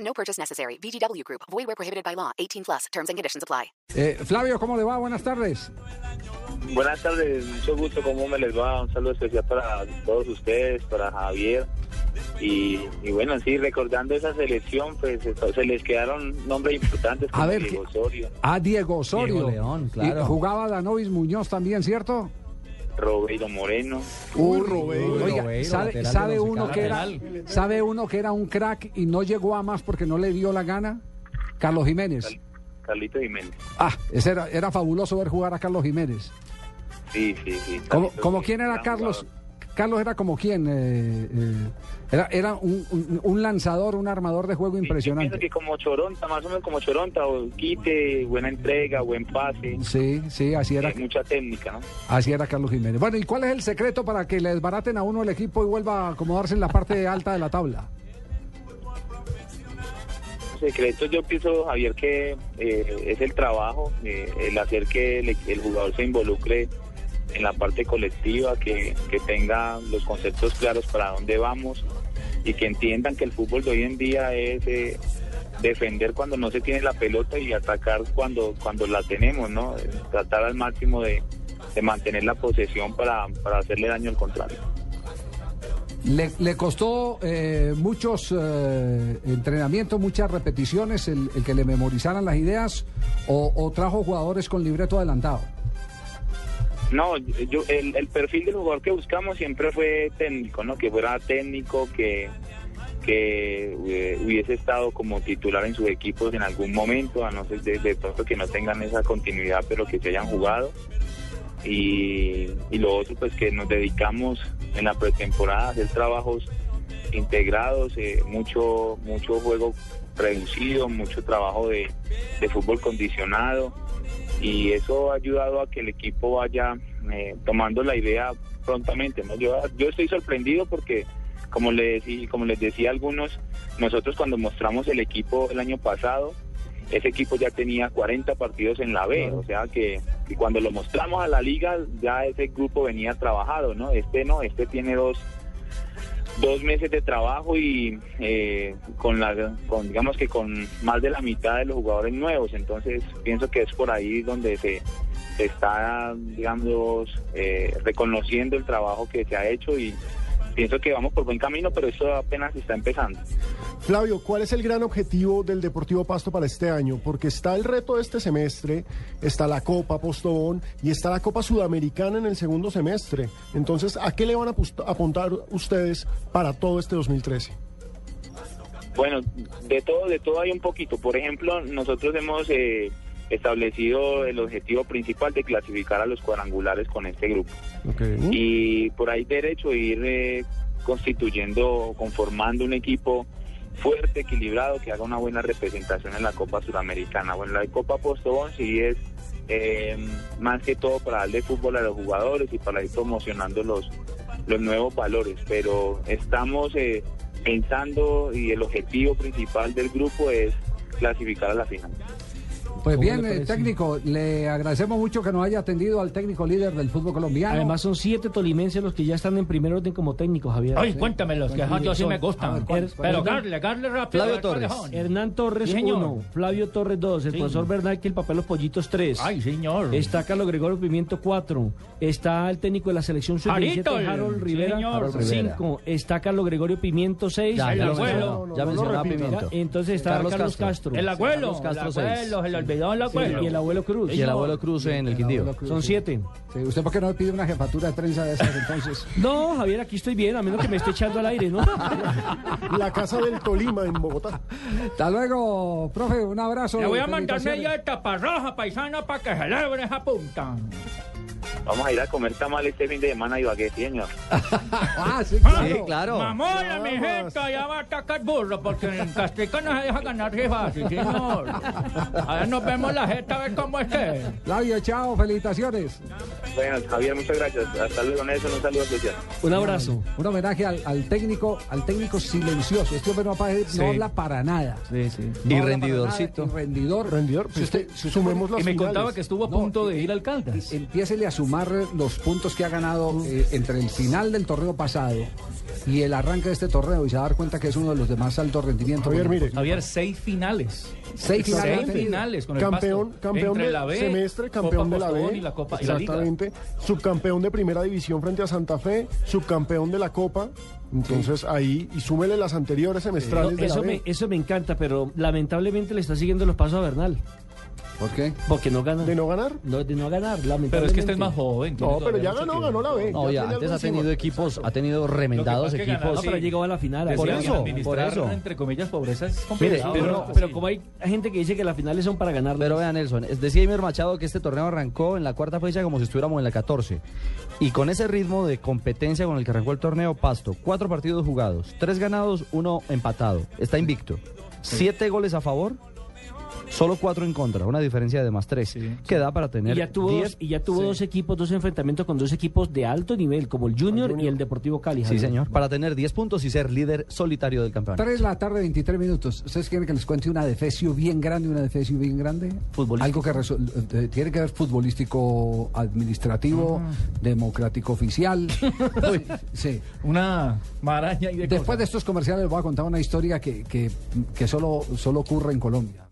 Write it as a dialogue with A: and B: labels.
A: No purchase necessary. VGW Group. Void where prohibited by law. 18 plus. Terms and conditions apply.
B: Eh, Flavio, ¿cómo le va? Buenas tardes.
C: Buenas tardes, mucho gusto, ¿cómo me les va? Un saludo especial para todos ustedes, para Javier. Y, y bueno, sí, recordando esa selección, pues se les quedaron nombres importantes como
B: A ver,
C: Diego
B: ¿qué-
C: Osorio,
B: Ah, Diego Osorio.
D: Diego León, claro.
B: Y jugaba Danovis Muñoz también, ¿cierto?
C: Robeiro Moreno.
B: Uy,
D: Robeiro.
B: Oiga,
D: Robeiro,
B: ¿sabe,
D: lateral de
B: sabe
D: Once
B: uno que era,
D: Caldas.
B: ¿sabe uno que era un crack y no llegó a más porque no le dio la gana? Carlos Jiménez.
C: Carlito Jiménez.
B: Ah, ese era, era fabuloso ver jugar a Carlos Jiménez.
C: Sí, sí, sí.
B: ¿Como,
C: Carlito
B: como
C: Jiménez,
B: quién era
C: gran
B: Carlos?
C: jugador.
B: Carlos era como quién. eh, eh, era era un, un- un lanzador, un armador de juego
C: Sí, Yo pienso
B: impresionante.
C: que como Choronta, más o menos como Choronta, o quite, buena entrega, buen pase,
B: Sí, sí, así era.
C: eh, mucha técnica, ¿no?
B: Así era Carlos Jiménez. Bueno, ¿y cuál es el secreto para que le desbaraten a uno el equipo y vuelva a acomodarse en la parte alta de la tabla?
C: secreto yo pienso, Javier, que eh, es el trabajo, eh, el hacer que el, el jugador se involucre en la parte colectiva, que, que tenga los conceptos claros para dónde vamos y que entiendan que el fútbol de hoy en día es eh, defender cuando no se tiene la pelota y atacar cuando, cuando la tenemos, ¿no? Tratar al máximo de, de mantener la posesión para, para hacerle daño al contrario.
B: Le, le costó eh, muchos eh, entrenamientos, muchas repeticiones, el, el que le memorizaran las ideas o, o trajo jugadores con libreto adelantado.
C: No, yo, el, el perfil del jugador que buscamos siempre fue técnico, ¿no? Que fuera técnico, que, que eh, hubiese estado como titular en sus equipos en algún momento, a no ser de, de pronto que no tengan esa continuidad, pero que se hayan jugado. Y, y lo otro, pues que nos dedicamos en la pretemporada a hacer trabajos integrados, eh, mucho, mucho juego reducido, mucho trabajo de, de fútbol condicionado y eso ha ayudado a que el equipo vaya eh, tomando la idea prontamente. ¿no? Yo, yo estoy sorprendido porque, como, le decí- como les decía a algunos, nosotros cuando mostramos el equipo el año pasado, ese equipo ya tenía 40 partidos en la B, o sea que, que cuando lo mostramos a la liga ya ese grupo venía trabajado, ¿no? Este no, este tiene dos dos meses de trabajo y eh, con la con digamos que con más de la mitad de los jugadores nuevos entonces pienso que es por ahí donde se, se está digamos eh, reconociendo el trabajo que se ha hecho y pienso que vamos por buen camino pero eso apenas está empezando
E: Flavio, ¿cuál es el gran objetivo del Deportivo Pasto para este año? Porque está el reto de este semestre, está la Copa Postobón y está la Copa Sudamericana en el segundo semestre. Entonces, ¿a qué le van a apust- apuntar ustedes para todo este 2013?
C: Bueno, de todo, de todo hay un poquito. Por ejemplo, nosotros hemos eh, establecido el objetivo principal de clasificar a los cuadrangulares con este grupo. Y por ahí derecho ir eh, constituyendo, conformando un equipo fuerte, equilibrado, que haga una buena representación en la Copa Sudamericana. Bueno, la Copa Postobón sí es eh, más que todo para darle fútbol a los jugadores y para ir promocionando los, los nuevos valores, pero estamos eh, pensando y el objetivo principal del grupo es clasificar a la final.
B: Pues
D: ¿Cómo
B: bien,
D: le
B: eh,
D: parece?
B: técnico, le agradecemos mucho que nos haya atendido al técnico líder del fútbol colombiano.
F: Además son siete tolimenses los que ya están en primer orden como técnicos, Javier.
D: Ay, cuéntamelos, que yo sí me
B: A ver,
D: gustan.
B: ¿cuáles,
D: Pero
B: cuáles?
D: Carle, Carle rápido.
F: Flavio
D: a ver, ¿cuáles
F: Torres.
D: son?
F: Hernán Torres
D: Sí, señor.
F: 1, Flavio Torres 2, el
D: Sí.
F: profesor Bernal que el papel Los Pollitos 3.
D: Ay, señor.
F: Está Carlos Gregorio Pimiento 4, está el técnico de la selección sub-17
D: Jarito, el-
F: Harold
D: sí,
F: Rivera
D: señor.
F: Harold Rivera. 5, está Carlos Gregorio Pimiento 6,
D: Ya, ya lo mencionó,
E: ya mencionó a
F: Pimiento. Entonces está Carlos,
G: Carlos
F: Castro.
D: El abuelo.
G: Carlos Castro
D: el abuelo, se le olvidó el abuelo.
F: y el abuelo Cruz.
G: Y el abuelo Cruz eh. en el Quindío.
B: Cruz,
F: Son
B: sí.
F: siete.
B: Sí, ¿Usted por qué no le pide una jefatura de prensa de esas entonces?
F: No, Javier, aquí estoy bien, a menos que me esté echando al aire, ¿no?
E: La Casa del Tolima en Bogotá.
B: Hasta luego, profe, un abrazo.
D: Le voy a mandar
B: felicitaciones.
D: media taparroja paisana para que celebre esa punta.
C: Vamos a ir a comer tamal este fin de semana y Ibagué, sí, señor.
B: Ah, sí,
G: Sí,
B: claro.
G: claro.
D: Mamona, mi
E: Vamos.
D: gente, allá va a atacar burro, porque en Castrica no se deja ganar rifas, sí, señor. Allá nos vemos la jeta a ver cómo esté.
B: Flavio, chao, felicitaciones.
C: Bueno, Javier, muchas gracias. Hasta luego, Nelson. Un saludo especial.
F: Un abrazo.
B: Un homenaje al, al técnico, al técnico silencioso. Este hombre no, apa- no habla para nada.
G: Sí, sí.
B: No
G: Y
B: habla para
G: rendidorcito.
B: nada, y rendidor.
E: Rendidor,
B: Si
E: pues,
B: usted, si usted
E: sumemos las
F: Y me
E: finales.
F: contaba que estuvo a
B: No,
F: punto
B: eh,
F: de ir al Caldas.
B: Empiésele a sumar los puntos que ha ganado eh, entre el final del torneo pasado y el arranque de este torneo y se va a dar cuenta que es uno de los de más alto rendimiento.
E: Javier,
B: Bueno,
E: mire,
D: Javier, seis finales.
B: Seis finales.
D: Seis finales con el
E: campeón,
D: Pasto.
E: campeón
D: Entre
E: del
D: la B,
E: semestre,
D: Copa
E: campeón de la
D: Postobón
E: B,
D: y la Copa y la Liga.
E: exactamente, subcampeón de primera división frente a Santa Fe, subcampeón de la Copa, entonces ahí, y súmele las anteriores
F: No,
E: semestrales de la
F: eso,
E: B.
F: me, eso me encanta, pero lamentablemente le está siguiendo los pasos a Bernal.
B: ¿Por qué?
F: Porque no gana.
E: ¿De no ganar?
F: No, de no ganar, lamentablemente.
D: Pero es que este es más joven. tiene
E: No, pero
D: todavía
E: ya
D: mucho
E: ganó,
D: que-
E: ganó la B.
G: No, ya
E: tiene
G: antes
E: algo
G: ha tenido
E: encima.
G: equipos, ha tenido remendados
D: Lo que pasa es que
G: equipos.
F: Ah, No, pero
D: Sí.
F: llegó a la final. así
G: Por
F: que
D: Decían que
G: eso,
D: administrar,
G: por eso.
D: Entre comillas, pobreza es
G: Mire,
D: complicado.
G: pero-
D: ¿no?
F: Pero, pero como hay gente que dice que las finales son para ganar.
G: Pero vean, Nelson, es- decía Imer Machado que este torneo arrancó en la cuarta fecha como si estuviéramos en la 14. Y con ese ritmo de competencia con el que arrancó el torneo, Pasto, cuatro partidos jugados, tres ganados, uno empatado. Está invicto. Siete goles a favor, solo cuatro en contra. Una diferencia de más tres. que da para tener
F: Y ya tuvo,
G: diez-
F: dos, y ya tuvo dos equipos, dos enfrentamientos con dos equipos de alto nivel, como el Junior, y el Deportivo Cali.
G: Sí,
F: Javier.
G: señor. Para tener 10 puntos y ser líder solitario del campeonato.
B: Tres de la tarde, 23 minutos. ¿Ustedes quieren que les cuente una defesio bien grande, una defesio bien grande?
F: Futbolístico.
B: Algo que resol- eh, tiene que ver futbolístico, administrativo, democrático oficial. Sí, sí.
D: Una maraña y de
B: Después de
D: cosas.
B: estos comerciales les voy a contar una historia que, que- que solo, solo ocurre en Colombia.